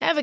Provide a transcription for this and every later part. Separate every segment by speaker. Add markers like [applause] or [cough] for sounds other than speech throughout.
Speaker 1: Ever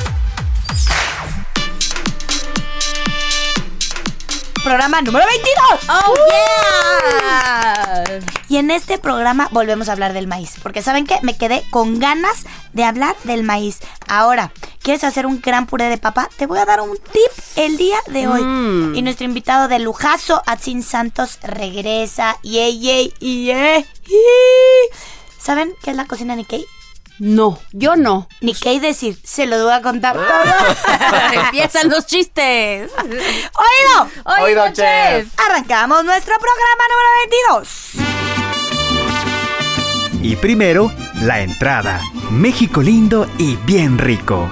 Speaker 2: Programa número 22.
Speaker 3: ¡Oh, yeah!
Speaker 2: Y en este programa volvemos a hablar del maíz. Porque ¿saben qué? Me quedé con ganas de hablar del maíz. Ahora, ¿quieres hacer un gran puré de papa? Te voy a dar un tip el día de hoy.
Speaker 3: Mm.
Speaker 2: Y nuestro invitado de lujazo, Atsin Santos, regresa. Yay, yay, yay. ¿Saben qué es la cocina Nikkei?
Speaker 3: No, yo no.
Speaker 2: Nikkei decir, se lo voy a contar todo. [laughs]
Speaker 3: [laughs] Empiezan los [laughs] chistes.
Speaker 2: ¡Oído!
Speaker 4: Oído, chef.
Speaker 2: Arrancamos nuestro programa número 22.
Speaker 5: Y primero, la entrada. México lindo y bien rico.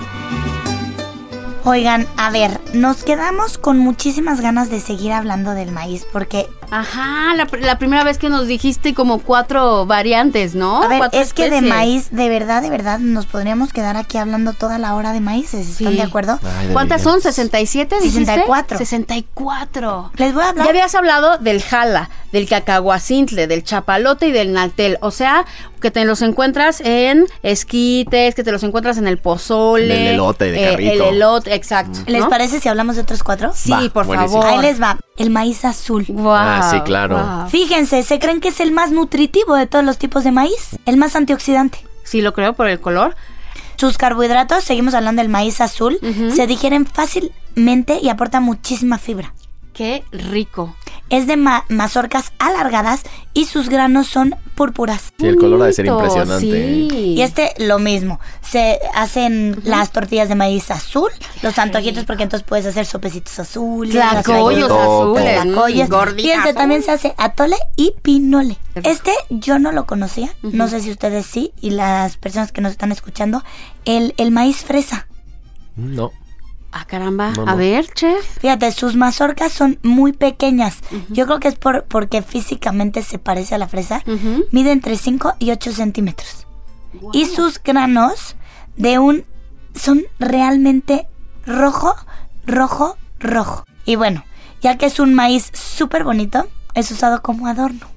Speaker 2: Oigan, a ver, nos quedamos con muchísimas ganas de seguir hablando del maíz porque,
Speaker 3: Ajá, la, pr- la primera vez que nos dijiste como cuatro variantes, ¿no?
Speaker 2: a ver,
Speaker 3: Oh, Cuatro
Speaker 2: es que de
Speaker 3: especies.
Speaker 2: maíz, de verdad, de verdad, nos podríamos quedar aquí hablando toda la hora de maíces, ¿están
Speaker 3: Sí.
Speaker 2: de acuerdo?
Speaker 3: ¿Cuántas son? ¿67? dijiste?
Speaker 2: 64.
Speaker 3: 64.
Speaker 2: Les voy a hablar.
Speaker 3: Ya habías hablado del jala, del cacahuacintle, del chapalote y del naltel. O sea, que te los encuentras en esquites, que te los encuentras en el pozole. eh,
Speaker 4: En el elote de
Speaker 3: El
Speaker 4: carrito.
Speaker 3: elote, exacto.
Speaker 2: ¿Les
Speaker 3: ¿no?
Speaker 2: parece si hablamos de otros cuatro?
Speaker 3: Sí,
Speaker 4: Va,
Speaker 3: por
Speaker 4: buenísimo.
Speaker 2: Ahí
Speaker 3: favor.
Speaker 2: les va, el maíz azul.
Speaker 3: Guau,
Speaker 4: Ah, sí, claro.
Speaker 3: guau.
Speaker 2: Fíjense, se creen que es el más nutritivo de todos los tipos de maíz, el más antioxidante.
Speaker 3: Sí, lo creo por el color.
Speaker 2: Sus carbohidratos, seguimos hablando del maíz azul, se digieren fácilmente y aportan muchísima fibra.
Speaker 3: Qué rico.
Speaker 2: Es de ma- mazorcas alargadas y sus granos son púrpuras.
Speaker 4: Sí, el color ha de ser
Speaker 3: Bonito,
Speaker 4: impresionante.
Speaker 3: Sí.
Speaker 2: Y este lo mismo, se hacen las tortillas de maíz azul, los antojitos porque entonces puedes hacer sopecitos azules, las
Speaker 3: Tlacoyos
Speaker 4: Todo,
Speaker 3: azules.
Speaker 4: todo.
Speaker 3: mm,
Speaker 2: tlacoyas. y
Speaker 3: gorditas.
Speaker 2: este también se hace atole y pinole.
Speaker 3: Qué rico.
Speaker 2: Este yo no lo conocía, no sé si ustedes sí y las personas que nos están escuchando, el, el maíz fresa.
Speaker 4: No.
Speaker 3: Ah, caramba.
Speaker 4: No,
Speaker 3: A
Speaker 4: no.
Speaker 3: ver, chef.
Speaker 2: Fíjate, sus mazorcas son muy pequeñas. Yo creo que es por, porque físicamente se parece a la fresa.
Speaker 3: Ujú.
Speaker 2: Mide entre 5 y 8 centímetros. Y sus granos de un... son realmente rojo, rojo, rojo. Y bueno, ya que es un maíz súper bonito, es usado como adorno.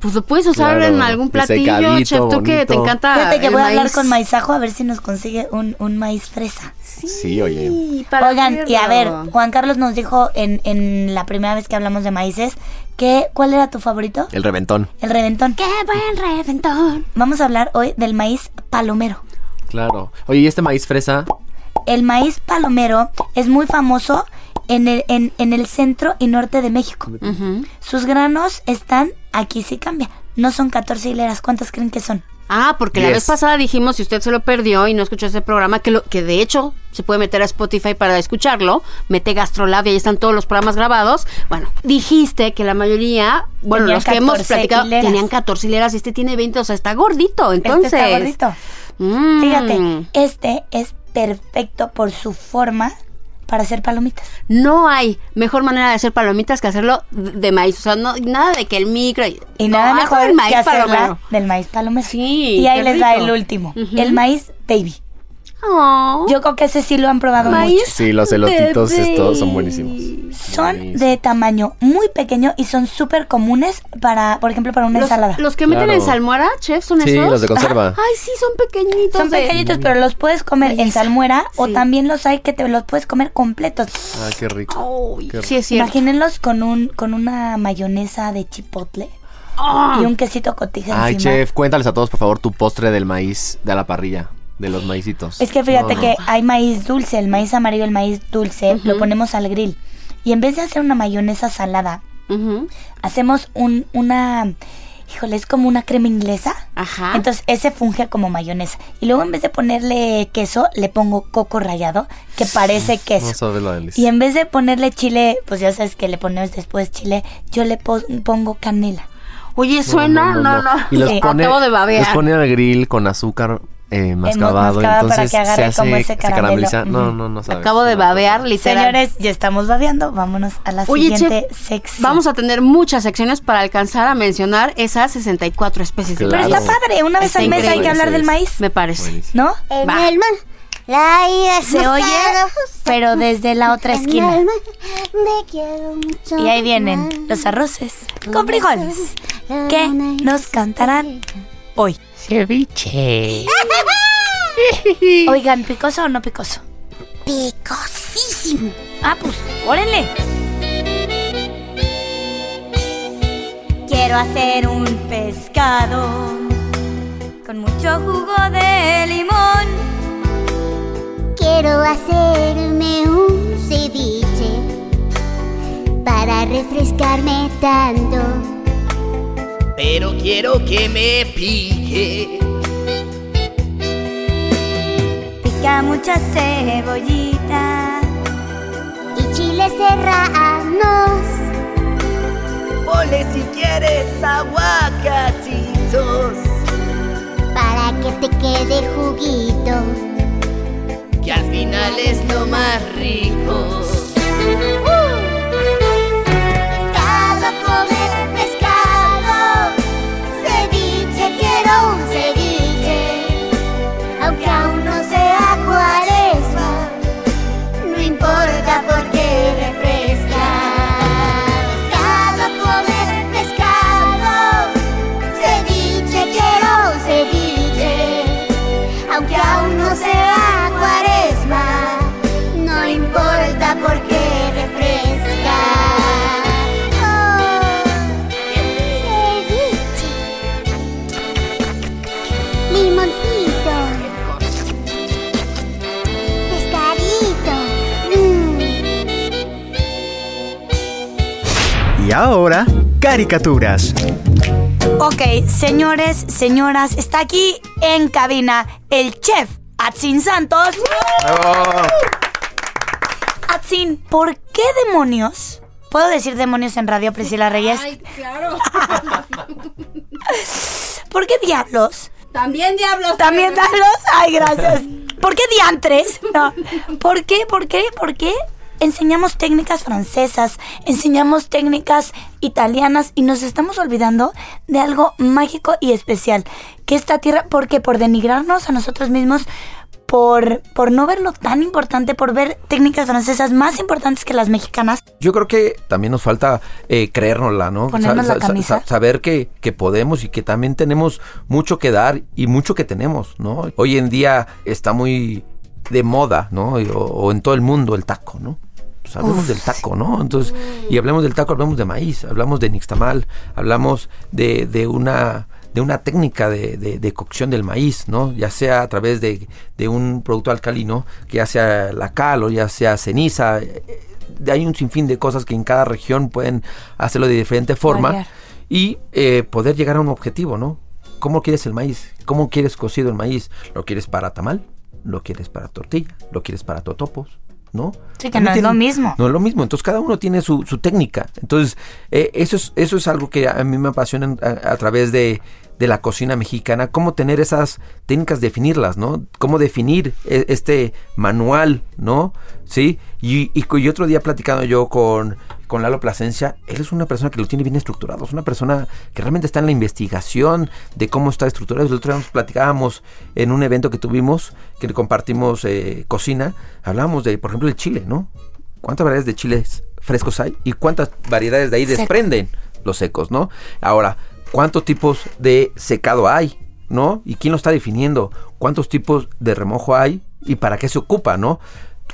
Speaker 3: Pues lo puedes usar
Speaker 4: Claro,
Speaker 3: en algún
Speaker 4: de
Speaker 3: platillo,
Speaker 4: secadito,
Speaker 3: chef. Tú que te
Speaker 4: bonito.
Speaker 3: encanta.
Speaker 2: Fíjate que
Speaker 3: Ah, el
Speaker 2: voy a hablar
Speaker 3: maíz.
Speaker 2: con Maizajo a ver si nos consigue un, un maíz fresa.
Speaker 4: Sí, oye.
Speaker 3: Sí, para
Speaker 2: Oigan, y a ver,
Speaker 3: hacerlo.
Speaker 2: Juan Carlos nos dijo en, en la primera vez que hablamos de maíces que ¿cuál era tu favorito?
Speaker 4: El reventón.
Speaker 2: El reventón.
Speaker 3: ¡Qué buen reventón!
Speaker 2: Vamos a hablar hoy del maíz palomero.
Speaker 4: Claro. Oye, ¿y este maíz fresa?
Speaker 2: El maíz palomero es muy famoso en el, en, en el centro y norte de México.
Speaker 3: Ujú.
Speaker 2: Sus granos están, aquí sí cambia, no son 14 hileras, ¿cuántas creen que son? Este
Speaker 3: Ah, porque la
Speaker 4: Diez.
Speaker 3: vez pasada dijimos, si usted se lo perdió y no escuchó ese programa, que, lo, que de hecho se puede meter a Spotify para escucharlo, mete Gastrolab y ahí están todos los programas grabados. Bueno, dijiste que la mayoría, bueno,
Speaker 2: Tenían
Speaker 3: los que hemos
Speaker 2: 14
Speaker 3: platicado,
Speaker 2: hileras.
Speaker 3: tenían 14 hileras y este tiene 20, o sea, está gordito, entonces.
Speaker 2: este está gordito.
Speaker 3: Mm.
Speaker 2: Fíjate, este es perfecto por su forma para hacer palomitas.
Speaker 3: No hay mejor manera de hacer palomitas que hacerlo de de maíz. O sea, no, nada de que el micro.
Speaker 2: Y
Speaker 3: no,
Speaker 2: nada
Speaker 3: hazlo
Speaker 2: mejor
Speaker 3: del maíz
Speaker 2: que hacerla
Speaker 3: palomero.
Speaker 2: del maíz palomero.
Speaker 3: Sí,
Speaker 2: Y ahí
Speaker 3: qué
Speaker 2: les da
Speaker 3: rico.
Speaker 2: el último,
Speaker 3: Ujú.
Speaker 2: el maíz baby.
Speaker 3: Oh,
Speaker 2: Yo creo que ese sí lo han probado mucho.
Speaker 3: maíz.
Speaker 4: Sí, los elotitos
Speaker 3: bebé.
Speaker 4: estos son buenísimos.
Speaker 2: Son
Speaker 4: Buenísimo.
Speaker 2: de tamaño muy pequeño y son súper comunes para, por ejemplo, para una
Speaker 3: Los,
Speaker 2: ensalada.
Speaker 3: los que meten
Speaker 4: Claro.
Speaker 3: en salmuera, chef, son
Speaker 4: Sí,
Speaker 3: esos.
Speaker 4: los de conserva.
Speaker 3: Ay, sí, son pequeñitos.
Speaker 2: son
Speaker 3: de-
Speaker 2: pequeñitos, pero los puedes comer en
Speaker 3: Belleza.
Speaker 2: salmuera o
Speaker 3: Sí.
Speaker 2: también los hay que te los puedes comer completos.
Speaker 4: Ah, qué rico.
Speaker 3: Ay, sí, es cierto.
Speaker 2: Imagínenlos con un con una mayonesa de chipotle
Speaker 3: Ah.
Speaker 2: y un quesito cotija
Speaker 4: Ay,
Speaker 2: encima.
Speaker 4: chef, cuéntales a todos, por favor, tu postre del maíz de la parrilla. De los maicitos.
Speaker 2: Es que fíjate
Speaker 4: No, no.
Speaker 2: que hay maíz dulce, el maíz amarillo, el maíz dulce, lo ponemos al grill. Y en vez de hacer una mayonesa salada,
Speaker 3: Ujú.
Speaker 2: hacemos un, una híjole, es como una crema inglesa.
Speaker 3: Ajá.
Speaker 2: Entonces ese funge como mayonesa. Y luego en vez de ponerle queso, le pongo coco rallado, que parece
Speaker 4: No
Speaker 2: queso.
Speaker 4: sabes la delicia.
Speaker 2: Y en vez de ponerle chile, pues ya sabes que le ponemos después chile, yo le po- pongo canela.
Speaker 3: Oye, suena, no, no.
Speaker 4: Y los
Speaker 2: Sí.
Speaker 4: pone,
Speaker 3: Acabo de babear.
Speaker 4: los pone al grill con azúcar eh, mascabado.
Speaker 2: mascabado para
Speaker 4: entonces
Speaker 2: que agarre
Speaker 4: se hace,
Speaker 2: como ese
Speaker 4: se
Speaker 2: caramelo.
Speaker 4: carameliza. No,
Speaker 2: Ujú.
Speaker 4: no, no sabes.
Speaker 3: Acabo de
Speaker 4: No, no
Speaker 3: babear, literal.
Speaker 2: Señores, ya estamos babeando, vámonos a la
Speaker 3: Oye,
Speaker 2: siguiente
Speaker 3: chef,
Speaker 2: sección.
Speaker 3: Vamos a tener muchas secciones para alcanzar a mencionar esas 64 especies. de
Speaker 2: Pero
Speaker 4: Claro.
Speaker 2: está
Speaker 3: maíz.
Speaker 2: padre, una vez
Speaker 3: Está
Speaker 2: al mes hay
Speaker 3: increíble.
Speaker 2: que hablar del maíz,
Speaker 3: Me parece.
Speaker 4: Buenísimo.
Speaker 2: ¿no?
Speaker 6: En
Speaker 3: Va.
Speaker 6: el mar, la ira
Speaker 2: Se oye, pero desde la
Speaker 6: [laughs]
Speaker 2: otra esquina.
Speaker 6: Te quiero mucho.
Speaker 2: Y ahí vienen los arroces con frijoles que nos cantarán hoy.
Speaker 1: Ceviche.
Speaker 2: [laughs] Oigan, ¿picoso o no picoso?
Speaker 6: Picosísimo.
Speaker 2: Ah, pues, órale.
Speaker 6: Quiero hacer un pescado con mucho jugo de limón. Quiero hacerme un ceviche para refrescarme tanto.
Speaker 7: pero quiero que me pique.
Speaker 6: Pica mucha cebollita y chiles serranos.
Speaker 7: Ponle si quieres aguacatitos,
Speaker 6: para que te quede juguito.
Speaker 7: que al final es lo más rico.
Speaker 6: Pescado, comer pescado. Ceviche, quiero un ceviche. Aunque aún no sea cuaresma, no importa porque refresca. Pescado, comer pescado. Ceviche, quiero un ceviche. Aunque aún no sea cuaresma, no importa porque refresca. Oh, ceviche. Limoncito. Pescadito. Mm.
Speaker 5: Y ahora, caricaturas.
Speaker 2: Ok, señores, señoras, está aquí en cabina el chef Atsin Santos. Atsin, ¿por qué demonios? ¿Puedo decir demonios en radio, Priscila Reyes?
Speaker 3: Ay, claro.
Speaker 2: ¿Por qué diablos?
Speaker 3: También diablos.
Speaker 2: También dalos. Ay, gracias. ¿Por qué diantres? No. ¿Por qué? ¿Por qué? ¿Por qué? Enseñamos técnicas francesas, enseñamos técnicas italianas y nos estamos olvidando de algo mágico y especial. Que esta tierra, ¿por qué? Por denigrarnos a nosotros mismos, por, por no verlo tan importante, por ver técnicas francesas más importantes que las mexicanas.
Speaker 8: Yo creo que también nos falta eh, creérnosla, ¿no?
Speaker 2: Ponernos la camisa.
Speaker 8: saber que, que podemos y que también tenemos mucho que dar y mucho que tenemos, ¿no? Hoy en día está muy de moda, ¿no? Y- O, o en todo el mundo el taco, ¿no? Pues hablemos del taco, ¿no? Entonces, y hablemos del taco, hablamos de maíz, hablamos de nixtamal, hablamos de, de una de una técnica de, de- de cocción del maíz, ¿no? Ya sea a través de, de un producto alcalino, que ya sea la cal o ya sea ceniza, eh, eh, hay un sinfín de cosas que en cada región pueden hacerlo de diferente forma
Speaker 2: Variar.
Speaker 8: y eh, poder llegar a un objetivo, ¿no? ¿Cómo quieres el maíz? ¿Cómo quieres cocido el maíz? ¿Lo quieres para tamal? ¿Lo quieres para tortilla? ¿Lo quieres para totopos? ¿No?
Speaker 2: Sí, que
Speaker 8: También
Speaker 2: no es
Speaker 8: tiene-
Speaker 2: lo mismo.
Speaker 8: No es lo mismo. Entonces cada uno tiene su, su técnica. Entonces eh, eso, es, eso es algo que a mí me apasiona en- a, a través de, de la cocina mexicana. Cómo tener esas técnicas, definirlas, ¿no? Cómo definir e- este manual, ¿no? Sí. Y, y, cu- y otro día platicando yo con, con Lalo Plasencia, él es una persona que lo tiene bien estructurado. Es una persona que realmente está en la investigación de cómo está estructurado. El otro día nos platicábamos en un evento que tuvimos, que le compartimos eh, cocina. Hablábamos de, por ejemplo, el chile, ¿no? ¿Cuántas variedades de chiles frescos hay? ¿Y cuántas variedades de ahí desprenden los secos, no? Ahora, ¿cuántos tipos de secado hay, no? ¿Y quién lo está definiendo? ¿Cuántos tipos de remojo hay? ¿Y para qué se ocupa, no?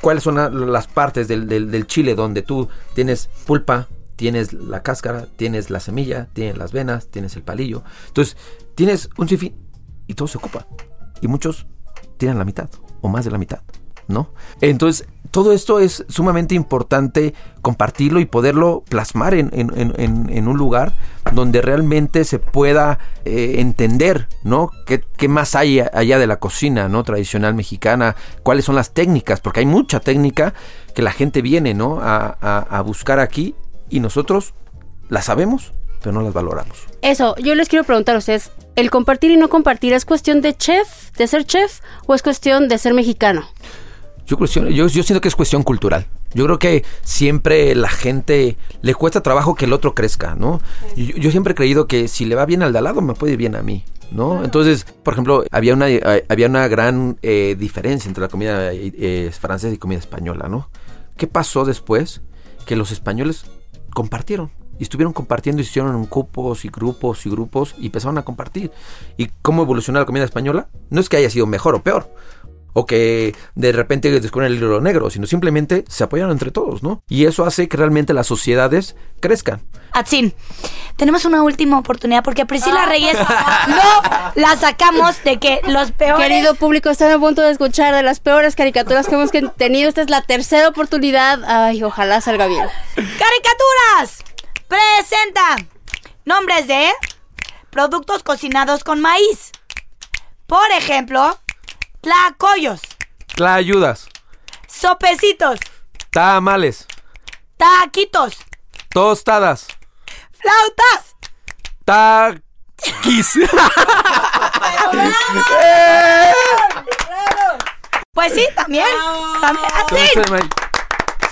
Speaker 8: ¿Cuáles son la- las partes del, del- del chile donde tú tienes pulpa, tienes la cáscara, tienes la semilla, tienes las venas, tienes el palillo? Entonces, tienes un sinfín y todo se ocupa. Y muchos tienen la mitad o más de la mitad. ¿no? Entonces, todo esto es sumamente importante compartirlo y poderlo plasmar en, en- en- en- en un lugar donde realmente se pueda eh, entender, ¿no? ¿Qué, qué más hay a- allá de la cocina, ¿no? Tradicional mexicana, cuáles son las técnicas, porque hay mucha técnica que la gente viene, ¿no? A, a- a buscar aquí y nosotros las sabemos, pero no las valoramos.
Speaker 3: Eso, yo les quiero preguntar a ustedes, ¿el compartir y no compartir es cuestión de chef, de ser chef, o es cuestión de ser mexicano?
Speaker 8: Yo, cuestiono- yo, yo siento que es cuestión cultural. Yo creo que siempre la gente le cuesta trabajo que el otro crezca, ¿no? Yo, yo siempre he creído que si le va bien al de al lado, me puede ir bien a mí, ¿no? Entonces, por ejemplo, había una, eh, había una gran eh, diferencia entre la comida eh, eh, francesa y comida española, ¿no? ¿Qué pasó después? Que los españoles compartieron. Y estuvieron compartiendo, y hicieron cupos y grupos y grupos y empezaron a compartir. ¿Y cómo evolucionó la comida española? No es que haya sido mejor o peor, o que de repente descubren el hilo negro, sino simplemente se apoyaron entre todos, ¿no? Y eso hace que realmente las sociedades crezcan.
Speaker 2: Atsin, tenemos una última oportunidad porque Priscila Reyes no la sacamos de que los peores.
Speaker 3: Querido público, están a punto de escuchar de las peores caricaturas que hemos [laughs] que- tenido. Esta es la tercera oportunidad. Ay, ojalá salga bien.
Speaker 2: ¡Caricaturas! Presenta nombres de productos cocinados con maíz. Por ejemplo, tlacoyos,
Speaker 8: Tlayudas,
Speaker 2: sopecitos,
Speaker 8: tamales,
Speaker 2: taquitos,
Speaker 8: tostadas,
Speaker 2: flautas.
Speaker 8: taquis.
Speaker 2: Pues sí, también. también. Atsin,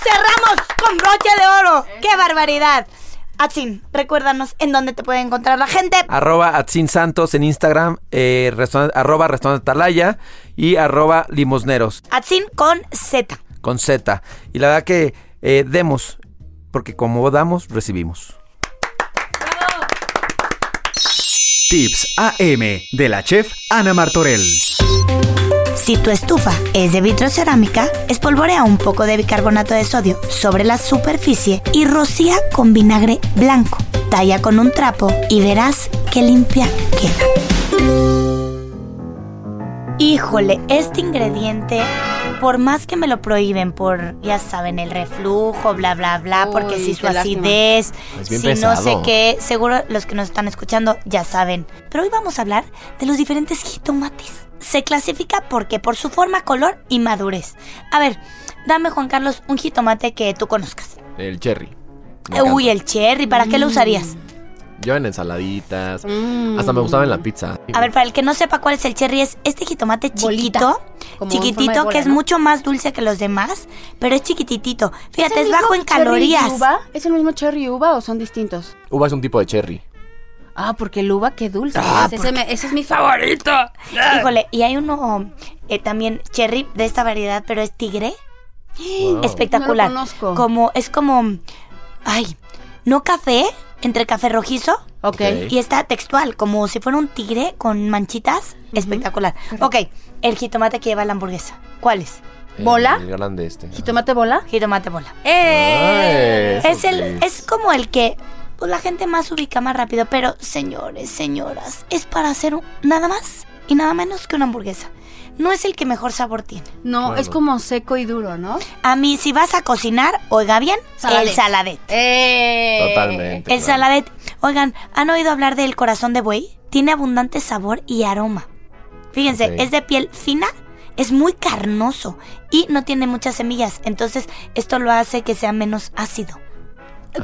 Speaker 2: cerramos con broche de oro. ¡Qué barbaridad! Atsin, recuérdanos en dónde te puede encontrar la gente.
Speaker 8: [laughs] arroba Atsin Santos en Instagram, eh, restaurante- arroba restaurante Atalaya y arroba limosneros
Speaker 2: Atsin con Z.
Speaker 8: con Z. Y la verdad que eh, demos, porque como damos, recibimos.
Speaker 5: Tips AM de la chef Ana Martorell.
Speaker 2: Si tu estufa es de vitrocerámica, espolvorea un poco de bicarbonato de sodio sobre la superficie y rocía con vinagre blanco. Talla con un trapo y verás qué limpia queda. Híjole, este ingrediente, por más que me lo prohíben por, ya saben, el reflujo, bla, bla, bla, porque
Speaker 3: Uy,
Speaker 2: si su
Speaker 3: qué lástima.
Speaker 2: acidez,
Speaker 4: Es
Speaker 2: si
Speaker 4: bien
Speaker 2: no
Speaker 4: pesado.
Speaker 2: sé qué, seguro los que nos están escuchando ya saben. Pero hoy vamos a hablar de los diferentes jitomates. Se clasifica porque por su forma, color y madurez. A ver, dame Juan Carlos un jitomate que tú conozcas.
Speaker 4: El cherry. Me
Speaker 2: Uy, eh.
Speaker 4: encanta.
Speaker 2: el cherry, ¿para qué lo usarías?
Speaker 4: Yo en ensaladitas.
Speaker 3: Mm.
Speaker 4: Hasta me gustaba en la pizza.
Speaker 2: Mm. A ver, para el que no sepa cuál es el cherry, es este jitomate chiquito,
Speaker 3: Bolita, como en forma de
Speaker 2: chiquitito,
Speaker 3: bola,
Speaker 2: que es
Speaker 3: ¿no?
Speaker 2: mucho más dulce que los demás, pero es chiquititito. Fíjate, es,
Speaker 3: el mismo
Speaker 2: bajo en
Speaker 3: cherry
Speaker 2: calorías.
Speaker 3: uva? ¿Es el mismo cherry uva o son distintos?
Speaker 4: Uva es un tipo de cherry.
Speaker 3: Ah, porque el uva, qué dulce. es. ese, me- ese es [laughs] mi favorito.
Speaker 2: Híjole, y hay uno eh, también cherry de esta variedad, pero es tigre. Espectacular.
Speaker 3: No lo conozco.
Speaker 2: Como, es como, ay, no café, entre café rojizo.
Speaker 3: Ok.
Speaker 4: Ok.
Speaker 2: Y está textual, como si fuera un tigre con manchitas. Espectacular. Ok, el jitomate que lleva la hamburguesa. ¿Cuál es?
Speaker 3: ¿Bola?
Speaker 4: El grande este.
Speaker 3: ¿Jitomate bola?
Speaker 2: Jitomate bola.
Speaker 4: Ah, eso
Speaker 2: Es, el,
Speaker 4: sí.
Speaker 2: es como el que pues, la gente más ubica más rápido, pero señores, señoras, es para hacer un- nada más y nada menos que una hamburguesa. No es el que mejor sabor tiene.
Speaker 3: No, es como seco y duro, ¿no?
Speaker 2: A mí, si vas a cocinar, oiga bien,
Speaker 3: Saladet.
Speaker 2: el saladet.
Speaker 3: Eh.
Speaker 4: Totalmente.
Speaker 2: El
Speaker 4: claro.
Speaker 2: saladet. Oigan, ¿han oído hablar del corazón de buey? Tiene abundante sabor y aroma. Fíjense,
Speaker 4: Ok.
Speaker 2: es de piel fina, es muy carnoso y no tiene muchas semillas. Entonces, esto lo hace que sea menos ácido.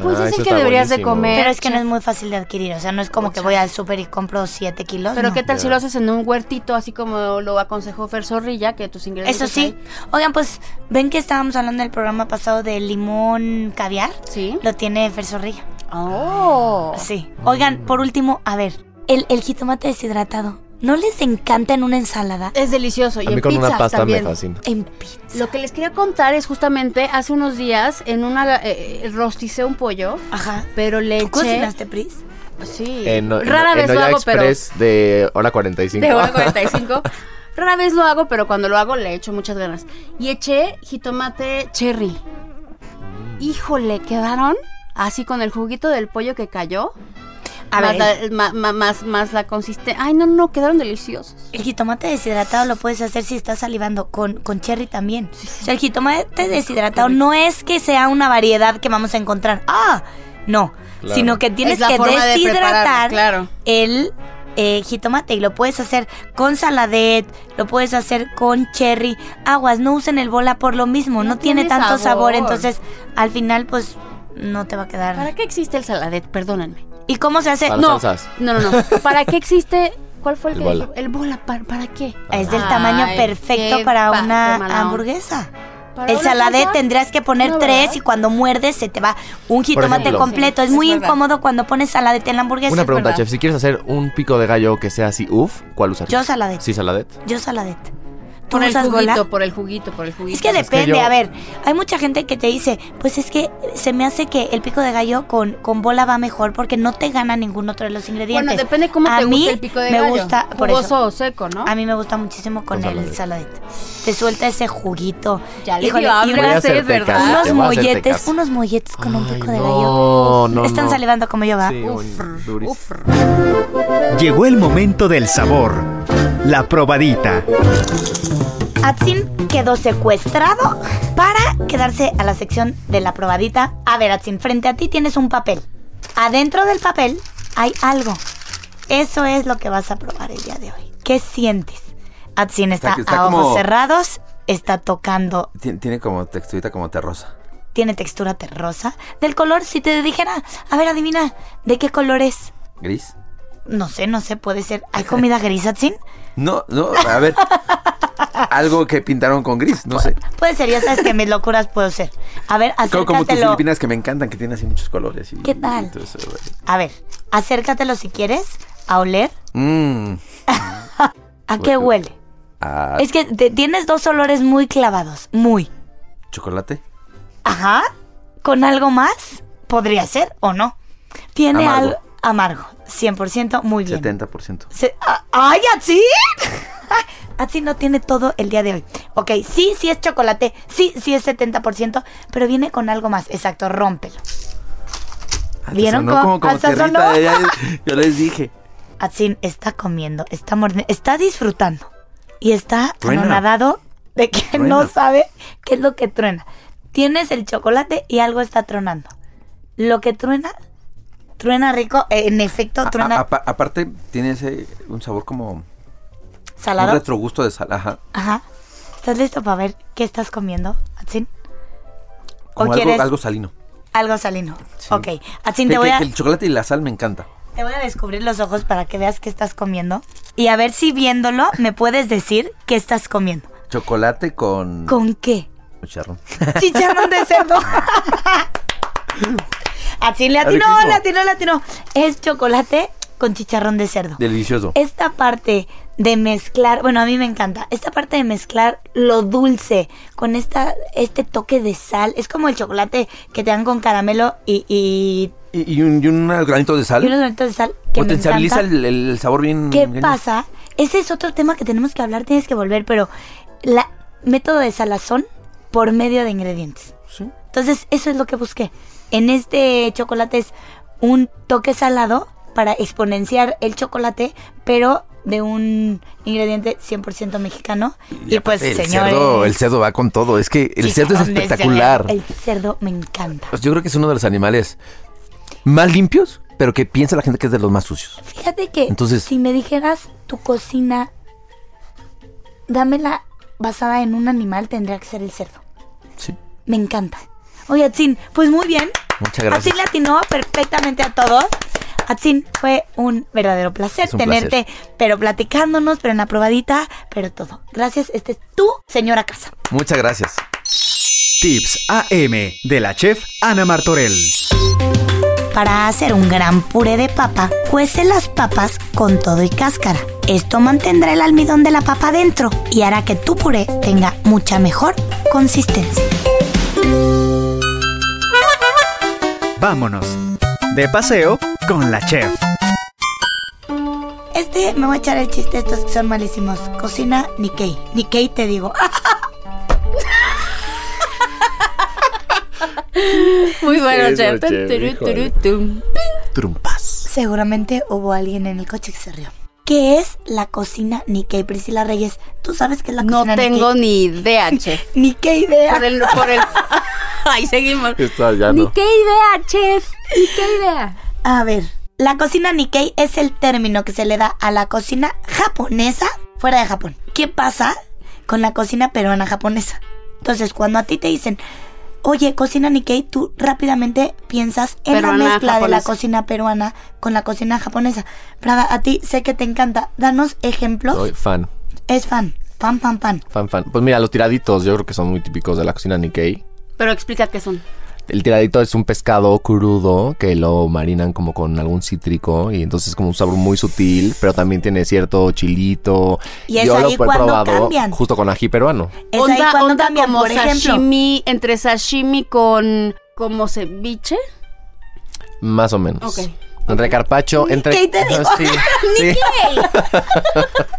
Speaker 3: Pues
Speaker 4: Ah,
Speaker 3: es
Speaker 4: eso
Speaker 3: el que
Speaker 4: está
Speaker 3: deberías de
Speaker 4: buenísimo.
Speaker 3: comer.
Speaker 2: Pero es que no es muy fácil de adquirir. O sea, no es como que voy al súper y compro 7 kilos.
Speaker 3: Pero
Speaker 2: no.
Speaker 3: qué tal si lo haces en un huertito, así como lo aconsejó Fer Zorrilla, que tus ingredientes.
Speaker 2: Eso sí.
Speaker 3: ahí-
Speaker 2: Oigan, pues, ¿ven que estábamos hablando del programa pasado de limón caviar?
Speaker 3: Sí.
Speaker 2: Lo tiene Fer Zorrilla.
Speaker 3: Oh.
Speaker 2: Sí. Oigan, por último, a ver, el, el jitomate deshidratado. ¿No les encanta en una ensalada?
Speaker 3: Es delicioso. Y
Speaker 4: A mí
Speaker 3: en
Speaker 4: con una
Speaker 3: pizzas
Speaker 4: pasta
Speaker 3: también.
Speaker 4: me fascina.
Speaker 2: En pizza.
Speaker 3: Lo que les quería contar es justamente hace unos días en una eh, eh, rosticé un pollo,
Speaker 2: Ajá.
Speaker 3: pero le
Speaker 2: ¿Tú
Speaker 3: eché
Speaker 2: cocinaste, Pris?
Speaker 3: sí,
Speaker 4: En, en-
Speaker 3: rara
Speaker 4: en
Speaker 3: vez lo
Speaker 4: Olla
Speaker 3: hago,
Speaker 4: Express de hora 45.
Speaker 3: pero
Speaker 4: [laughs]
Speaker 3: de hora 45. Rara vez lo hago, pero cuando lo hago le echo muchas ganas. Y eché jitomate cherry. Híjole, quedaron así con el juguito del pollo que cayó.
Speaker 2: A
Speaker 3: más,
Speaker 2: ver,
Speaker 3: la,
Speaker 2: el-
Speaker 3: ma- ma- más, más la consistencia. Ay, no, no, quedaron deliciosos.
Speaker 2: El jitomate deshidratado lo puedes hacer si estás salivando con, con cherry también. O sea, el jitomate deshidratado no es que sea una variedad que vamos a encontrar. Ah, no.
Speaker 8: Claro.
Speaker 2: Sino que tienes
Speaker 3: Es la
Speaker 2: que
Speaker 3: forma de
Speaker 2: deshidratar
Speaker 3: prepararlo, claro.
Speaker 2: el eh, jitomate y lo puedes hacer con saladet, lo puedes hacer con cherry. Aguas, no usen el bola por lo mismo, no,
Speaker 3: No
Speaker 2: tiene,
Speaker 3: tiene
Speaker 2: tanto sabor.
Speaker 3: sabor.
Speaker 2: entonces al final pues no te va a quedar.
Speaker 3: ¿Para qué existe el saladet? Perdónenme.
Speaker 2: ¿Y cómo se hace?
Speaker 4: Para
Speaker 2: no,
Speaker 4: salsas.
Speaker 3: No, no, no. ¿Para qué existe? ¿Cuál fue el,
Speaker 4: El
Speaker 3: que
Speaker 4: bola.
Speaker 3: dije? El bola, ¿para, para qué?
Speaker 2: es del tamaño
Speaker 3: Ay,
Speaker 2: perfecto
Speaker 3: qué
Speaker 2: para una
Speaker 3: pa- qué mala onda.
Speaker 2: hamburguesa.
Speaker 3: ¿Para
Speaker 2: El
Speaker 3: una
Speaker 2: saladé
Speaker 3: salsa?
Speaker 2: tendrías que poner
Speaker 3: No,
Speaker 2: tres
Speaker 3: ¿verdad?
Speaker 2: y cuando muerdes se te va un jitomate
Speaker 4: ejemplo.
Speaker 2: completo.
Speaker 3: Sí,
Speaker 2: es muy
Speaker 3: es verdad.
Speaker 2: incómodo cuando pones saladete en la hamburguesa.
Speaker 4: Una pregunta,
Speaker 3: verdad.
Speaker 4: chef. Si quieres hacer un pico de gallo que sea así, uff, ¿cuál usar?
Speaker 2: Yo saladet.
Speaker 4: Sí, saladet.
Speaker 2: Yo saladete. ¿Tú
Speaker 3: Por el
Speaker 2: usas
Speaker 3: juguito,
Speaker 2: bola?
Speaker 3: por el juguito, por el juguito.
Speaker 2: Es que
Speaker 4: Es que
Speaker 2: depende,
Speaker 4: yo-
Speaker 2: a ver, hay mucha gente que te dice, pues es que se me hace que el pico de gallo con, con bola va mejor porque no te gana ningún otro de los ingredientes.
Speaker 3: Bueno, depende cómo
Speaker 2: a
Speaker 3: te
Speaker 2: mí
Speaker 3: guste el pico de
Speaker 2: me
Speaker 3: gallo.
Speaker 2: gusta, por
Speaker 3: Jugoso
Speaker 2: eso.
Speaker 3: o seco, ¿no?
Speaker 2: A mí me gusta muchísimo con,
Speaker 4: Con
Speaker 2: el
Speaker 4: saladete.
Speaker 2: saladete. Te suelta ese juguito.
Speaker 3: Ya le
Speaker 2: Híjole,
Speaker 3: dio
Speaker 2: y
Speaker 3: hambre
Speaker 2: unas-
Speaker 3: a
Speaker 4: hacerte
Speaker 3: sed, ¿verdad?
Speaker 4: caso.
Speaker 2: unos
Speaker 4: te voy a hacerte
Speaker 2: molletes,
Speaker 4: caso.
Speaker 2: unos molletes con un
Speaker 4: Ay,
Speaker 2: pico de
Speaker 4: no,
Speaker 2: gallo.
Speaker 4: no,
Speaker 2: Están
Speaker 4: no.
Speaker 2: salivando como yo, va.
Speaker 5: Llegó el momento del sabor. La probadita.
Speaker 2: Atsin quedó secuestrado para quedarse a la sección de la probadita. A ver, Atsin, frente a ti tienes un papel. Adentro del papel hay algo. Eso es lo que vas a probar el día de hoy. ¿Qué sientes? Atsin está,
Speaker 8: Está- está
Speaker 2: a ojos
Speaker 8: como-
Speaker 2: cerrados, está tocando,
Speaker 8: Tien- Tiene como texturita como terrosa.
Speaker 2: tiene textura terrosa. Del color, si te dijera, a ver, adivina, ¿de qué color es?
Speaker 8: ¿Gris?
Speaker 2: No sé, no sé, puede ser.
Speaker 8: [laughs]
Speaker 2: ¿Hay comida gris, Atsin?
Speaker 8: No, no, a ver. Algo que pintaron con gris, no sé.
Speaker 2: Puede ser, ya sabes que mis locuras puedo ser. A ver,
Speaker 8: Como, como tus
Speaker 2: acércatelo.
Speaker 8: filipinas que me encantan, que tienen así muchos colores. Y,
Speaker 2: ¿Qué tal?
Speaker 8: y todo eso, güey.
Speaker 2: A ver, acércatelo si quieres a oler.
Speaker 8: Mm,
Speaker 2: ¿A qué huele?
Speaker 8: a
Speaker 2: Es que te- tienes dos olores muy clavados, muy.
Speaker 8: chocolate.
Speaker 2: Ajá. ¿Con algo más? Podría ser o no. Tiene
Speaker 8: Amargo.
Speaker 2: algo amargo, 100%, muy bien.
Speaker 8: 70%.
Speaker 2: Se- ah, ¡Ay, [laughs] Atsi! Atsi no tiene todo el día de hoy. Ok, sí, sí es chocolate, sí, sí es 70%, pero viene con algo más. Exacto, rómpelo.
Speaker 8: Ah,
Speaker 2: ¿Vieron
Speaker 8: sonó
Speaker 2: cómo-
Speaker 8: como, como
Speaker 2: hasta
Speaker 8: tierrita
Speaker 2: sonó?
Speaker 8: de allá. Yo les
Speaker 2: [laughs]
Speaker 8: dije.
Speaker 2: Atsin está comiendo, está mordiendo, está disfrutando y está
Speaker 8: Truena.
Speaker 2: anonadado de que
Speaker 8: Truena.
Speaker 2: no sabe qué es lo que truena. Tienes el chocolate y algo está tronando. Lo que truena, truena rico, eh, en efecto,
Speaker 8: A-
Speaker 2: truena
Speaker 8: a- apa- aparte, tiene ese, un sabor como ah, un
Speaker 2: salado.
Speaker 8: retrogusto de sal. Ajá.
Speaker 2: Ajá. ¿Estás listo para ver qué estás comiendo, Atsin? ¿O
Speaker 8: Como algo,
Speaker 2: quieres algo,
Speaker 8: algo salino.
Speaker 2: salino?
Speaker 8: Sí.
Speaker 2: Ok, Atsin,
Speaker 8: Que-
Speaker 2: te voy
Speaker 8: que-
Speaker 2: a...
Speaker 8: que el chocolate y la sal me encanta.
Speaker 2: Te voy a descubrir los ojos para que veas qué estás comiendo. Y a ver si viéndolo me puedes decir qué estás comiendo.
Speaker 8: Chocolate con.
Speaker 2: ¿Con qué?
Speaker 8: Chicharrón. [laughs]
Speaker 2: Chicharrón de cerdo. Así le atinó,
Speaker 8: Riquísimo.
Speaker 2: le atinó, le atinó. Es chocolate con chicharrón de cerdo.
Speaker 8: Delicioso.
Speaker 2: Esta parte de mezclar, bueno, a mí me encanta. Esta parte de mezclar lo dulce con esta, este toque de sal. Es como el chocolate que te dan con caramelo y, y,
Speaker 8: Y, y un, y un granito de sal.
Speaker 2: y unos granitos de sal que me
Speaker 8: Potencializa
Speaker 2: encanta.
Speaker 8: el, el sabor bien.
Speaker 2: ¿Qué
Speaker 8: bien-
Speaker 2: pasa? Ese es otro tema que tenemos que hablar, tienes que volver, pero la método de salazón por medio de ingredientes.
Speaker 8: Sí.
Speaker 2: Entonces, eso es lo que busqué. En este chocolate es un toque salado para exponenciar el chocolate, pero de un ingrediente 100% mexicano. Y, pues,
Speaker 8: aparte, el
Speaker 2: señores,
Speaker 8: cerdo, el cerdo va con todo. Es que el cerdo es
Speaker 2: chicharrón de
Speaker 8: espectacular.
Speaker 2: cerdo. El cerdo me encanta.
Speaker 8: Pues Yo creo que es uno de los animales más limpios, pero que piensa la gente que es de los más sucios.
Speaker 2: Fíjate que
Speaker 8: Entonces-
Speaker 2: si me dijeras tu cocina, dámela basada en un animal, tendría que ser el cerdo.
Speaker 8: Sí.
Speaker 2: Me encanta. Oye, Atsin, pues muy bien.
Speaker 8: Muchas gracias.
Speaker 2: Atsin le atinó perfectamente a todo. Atsin, fue un verdadero placer
Speaker 8: Es un
Speaker 2: tenerte, pero platicándonos, pero en la probadita, pero todo. Gracias, este es tu señora casa.
Speaker 8: Muchas gracias.
Speaker 5: Tips AM de la chef Ana Martorell.
Speaker 2: Para hacer un gran puré de papa, cuece las papas con todo y cáscara. Esto mantendrá el almidón de la papa dentro y hará que tu puré tenga mucha mejor consistencia.
Speaker 5: Vámonos. De paseo con la chef.
Speaker 2: Este, me voy a echar el chiste, estos que son malísimos. Cocina Nikkei. Nikkei te digo. ah,
Speaker 3: Muy bueno, chef.
Speaker 4: chef,
Speaker 3: Turu,
Speaker 4: híjole.
Speaker 3: turu, tum.
Speaker 4: Trumpas.
Speaker 2: Seguramente hubo alguien en el coche que se rió. ¿Qué es la cocina Nikkei? Priscila Reyes, ¿tú sabes qué es la
Speaker 3: No
Speaker 2: cocina
Speaker 3: tengo
Speaker 2: Nikkei?
Speaker 3: ni idea, chef.
Speaker 2: Nikkei idea.
Speaker 3: Por el,
Speaker 2: [laughs]
Speaker 3: por el... Ahí seguimos.
Speaker 4: Está, ya
Speaker 3: Ni
Speaker 4: no.
Speaker 3: qué idea, chef. Ni qué idea.
Speaker 2: A ver, la cocina Nikkei es el término que se le da a la cocina japonesa fuera de Japón. ¿Qué pasa con la cocina peruana japonesa? Entonces, cuando a ti te dicen, oye, cocina Nikkei, tú rápidamente piensas en
Speaker 3: Peruana,
Speaker 2: la mezcla de la
Speaker 3: japonesa.
Speaker 2: cocina peruana con la cocina japonesa. Prada, a ti sé que te encanta. Danos ejemplos.
Speaker 4: Soy fan,
Speaker 2: Es fan, fan, fan, fan.
Speaker 4: fan, fan. Pues mira, los tiraditos yo creo que son muy típicos de la cocina Nikkei.
Speaker 3: Pero explica qué son.
Speaker 4: El tiradito es un pescado crudo que lo marinan como con algún cítrico y entonces es como un sabor muy sutil, pero también tiene cierto chilito.
Speaker 2: Y es ahí cuando cambian.
Speaker 4: justo con ají peruano.
Speaker 2: Es ahí
Speaker 3: onda
Speaker 2: cuando
Speaker 3: onda
Speaker 2: cambian,
Speaker 3: como
Speaker 2: por ejemplo.
Speaker 3: sashimi, entre sashimi con como ceviche.
Speaker 4: Más o menos.
Speaker 3: Ok.
Speaker 4: Entre carpacho, entre...
Speaker 2: Nikkei, te digo. [laughs]
Speaker 4: Sí, sí.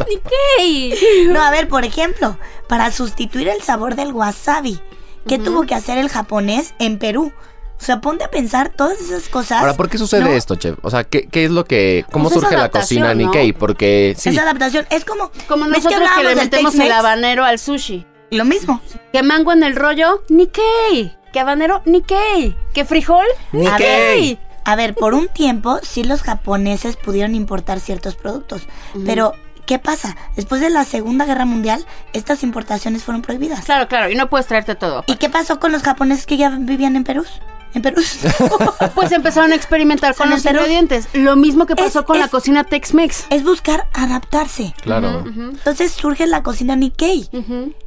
Speaker 3: Nikkei.
Speaker 2: No, a ver, por ejemplo, para sustituir el sabor del wasabi, ¿qué tuvo que hacer el japonés en Perú? O sea, ponte a pensar todas esas cosas.
Speaker 4: Ahora, ¿por qué sucede
Speaker 2: ¿no?
Speaker 4: esto, Chef? O sea, ¿qué, qué es lo que... ¿Cómo
Speaker 3: Pues es
Speaker 4: surge la
Speaker 3: adaptación,
Speaker 4: cocina
Speaker 3: ¿no?
Speaker 4: Nikkei? Porque sí,
Speaker 2: Esa adaptación es como.
Speaker 3: Como
Speaker 2: ¿ves
Speaker 3: nosotros que, le
Speaker 2: hablábamos del
Speaker 3: metemos el
Speaker 2: Tex-Mex?
Speaker 3: habanero al sushi.
Speaker 2: Lo mismo.
Speaker 3: Que mango en el rollo, Nikkei. Que habanero, Nikkei. Que frijol,
Speaker 2: A
Speaker 3: Nikkei.
Speaker 2: ver, a ver, por un tiempo sí los japoneses pudieron importar ciertos productos, pero ¿qué pasa? Después de la Segunda Guerra Mundial, estas importaciones fueron prohibidas.
Speaker 3: Claro, claro, y no puedes traerte todo.
Speaker 2: ¿Y qué pasó con los japoneses que ya vivían en Perú? En
Speaker 4: [laughs]
Speaker 2: Perú. [laughs]
Speaker 3: Pues empezaron a experimentar con
Speaker 2: Son
Speaker 3: los
Speaker 2: enteros.
Speaker 3: ingredientes. Lo mismo que
Speaker 2: Es-
Speaker 3: pasó con la
Speaker 2: es-
Speaker 3: cocina Tex-Mex.
Speaker 2: es buscar adaptarse.
Speaker 4: claro.
Speaker 2: Entonces surge la cocina Nikkei.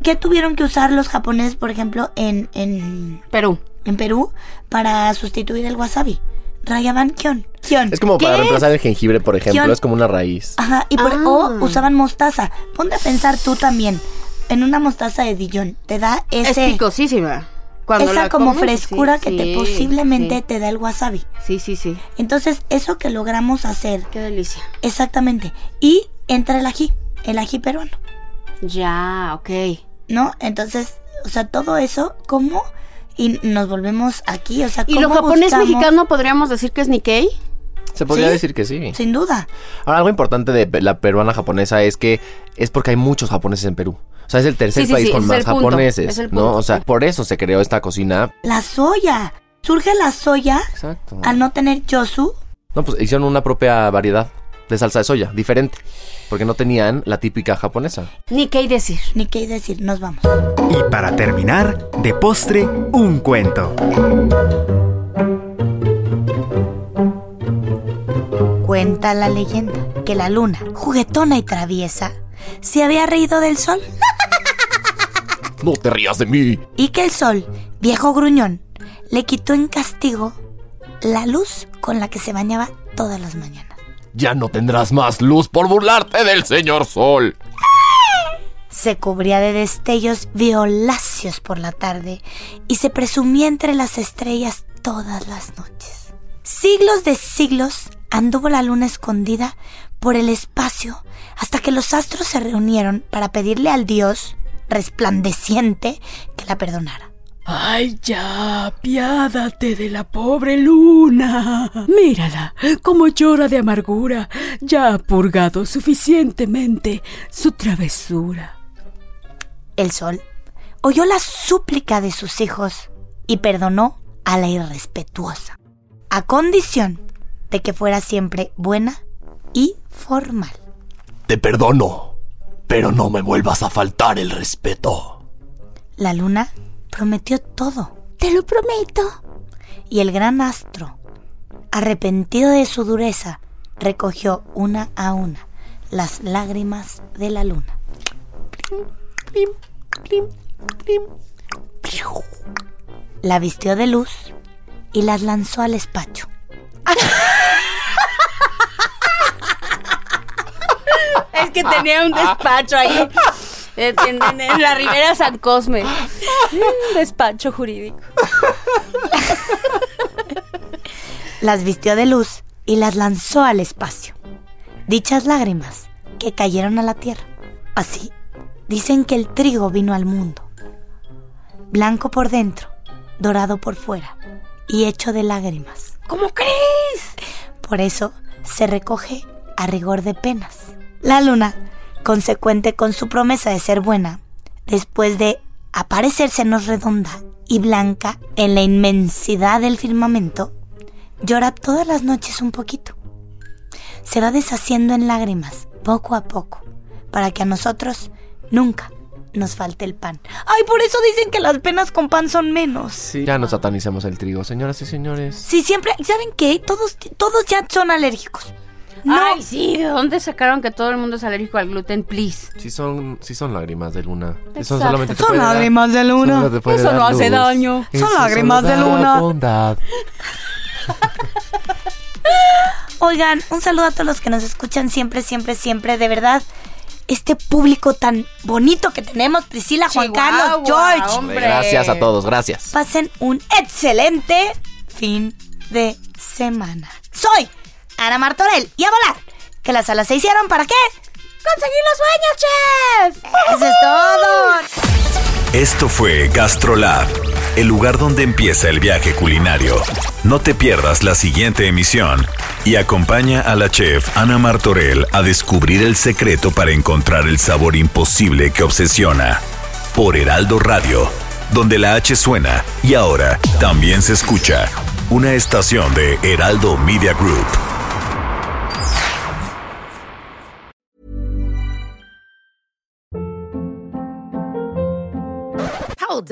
Speaker 2: ¿Qué tuvieron que usar los japoneses, por ejemplo, en, en,
Speaker 3: Perú.
Speaker 2: en Perú para sustituir el wasabi? Rayaban kion. Kion.
Speaker 4: Es como para
Speaker 3: ¿Qué
Speaker 4: reemplazar el jengibre, por ejemplo.
Speaker 2: Yo- Ah,
Speaker 4: Es como una raíz.
Speaker 2: Ajá, y por-
Speaker 3: Ah.
Speaker 2: o usaban mostaza. Ponte a pensar tú también. En una mostaza de Dijon te da
Speaker 3: Es
Speaker 2: ese,
Speaker 3: picosísima. Cuando
Speaker 2: esa
Speaker 3: la
Speaker 2: como
Speaker 3: comes,
Speaker 2: frescura
Speaker 3: sí,
Speaker 2: que te
Speaker 3: sí,
Speaker 2: posiblemente te da el wasabi.
Speaker 3: Sí, sí, sí. sí.
Speaker 2: Entonces, eso que logramos hacer,
Speaker 3: Qué delicia.
Speaker 2: exactamente. Y entra el ají, el ají peruano.
Speaker 3: Ya, ok.
Speaker 2: ¿no? Entonces, o sea, todo eso, ¿cómo? Y nos volvemos aquí, o sea,
Speaker 3: ¿Y
Speaker 2: ¿cómo
Speaker 3: lo japonés
Speaker 2: buscamos?
Speaker 3: mexicano podríamos decir que es Nikkei?
Speaker 4: Se podría
Speaker 2: ¿Sí?
Speaker 4: decir que sí.
Speaker 2: Sin duda.
Speaker 4: Ahora, algo importante de pe- la peruana japonesa es que es porque hay muchos japoneses en Perú. O sea, es el tercer
Speaker 3: Sí, sí,
Speaker 4: país
Speaker 3: sí,
Speaker 4: con
Speaker 3: es
Speaker 4: más
Speaker 3: el punto, es
Speaker 4: japoneses,
Speaker 3: el
Speaker 4: ¿no?
Speaker 3: punto.
Speaker 4: O sea, por eso se creó esta cocina.
Speaker 2: La soya. Surge la soya
Speaker 4: Exacto.
Speaker 2: al no tener yosu.
Speaker 4: No, pues hicieron una propia variedad de salsa de soya, diferente, porque no tenían la típica japonesa.
Speaker 3: Nikkei decir.
Speaker 2: Ni qué decir, nos vamos.
Speaker 5: Y para terminar, de postre, un cuento.
Speaker 2: Cuenta la leyenda que la luna, juguetona y traviesa, se había reído del sol
Speaker 4: No te rías de mí.
Speaker 2: y que el sol, viejo gruñón, le quitó en castigo la luz con la que se bañaba todas las mañanas.
Speaker 4: Ya no tendrás más luz por burlarte del señor Sol.
Speaker 2: Se cubría de destellos violáceos por la tarde y se presumía entre las estrellas todas las noches. Siglos de siglos anduvo la luna escondida por el espacio hasta que los astros se reunieron para pedirle al dios resplandeciente que la perdonara.
Speaker 9: Ay, ya, piádate de la pobre luna. Mírala, cómo llora de amargura. Ya ha purgado suficientemente su travesura.
Speaker 2: El sol oyó la súplica de sus hijos y perdonó a la irrespetuosa, a condición de que fuera siempre buena y formal.
Speaker 10: Te perdono, pero no me vuelvas a faltar el respeto.
Speaker 2: La luna prometió todo. Te lo prometo. Y el gran astro, arrepentido de su dureza, recogió una a una las lágrimas de la luna. La vistió de luz y las lanzó al espacio.
Speaker 3: Es que tenía un despacho ahí. eh, En, en- en la Ribera San Cosme. Un despacho jurídico.
Speaker 2: Las vistió de luz y las lanzó al espacio. Dichas lágrimas que cayeron a la tierra. Así, dicen que el trigo vino al mundo. Blanco por dentro, dorado por fuera y hecho de lágrimas. ¿Cómo crees? Por eso se recoge a rigor de penas. La luna, consecuente con su promesa de ser buena, después de aparecérsenos redonda y blanca en la inmensidad del firmamento, llora todas las noches un poquito. Se va deshaciendo en lágrimas, poco a poco, para que a nosotros nunca nos falte el pan. Ay, por eso dicen que las penas con pan son menos.
Speaker 4: Ya no satanicemos el trigo, señoras y señores.
Speaker 2: Sí, siempre, ¿saben qué? Todos, todos ya son alérgicos.
Speaker 3: Ay, sí, ¿de dónde sacaron que todo el mundo es alérgico al gluten, please?
Speaker 4: Sí son, sí son lágrimas de luna. Eso
Speaker 3: Exacto.
Speaker 4: solamente te
Speaker 3: Son
Speaker 4: puede dar-
Speaker 3: lágrimas de luna.
Speaker 4: solo te puede
Speaker 3: Eso
Speaker 4: dar
Speaker 3: no hace
Speaker 4: luz.
Speaker 3: daño. Son
Speaker 4: solo
Speaker 3: lágrimas de
Speaker 4: da
Speaker 3: luna.
Speaker 4: bondad.
Speaker 2: Oigan, un saludo a todos los que nos escuchan siempre, siempre, siempre. De verdad, este público tan bonito que tenemos, Priscila, Juan Carlos, George.
Speaker 4: Gracias a todos, gracias.
Speaker 2: Pasen un excelente fin de semana. Soy Ana Martorell y a volar. Que las alas se hicieron para qué? Conseguir los sueños, chef. Eso es todo.
Speaker 10: Esto fue GastroLab, el lugar donde empieza el viaje culinario. No te pierdas la siguiente emisión y acompaña a la chef Ana Martorell a descubrir el secreto para encontrar el sabor imposible que obsesiona. Por Heraldo Radio, donde la H suena y ahora también se escucha. Una estación de Heraldo Media Group.
Speaker 1: Hold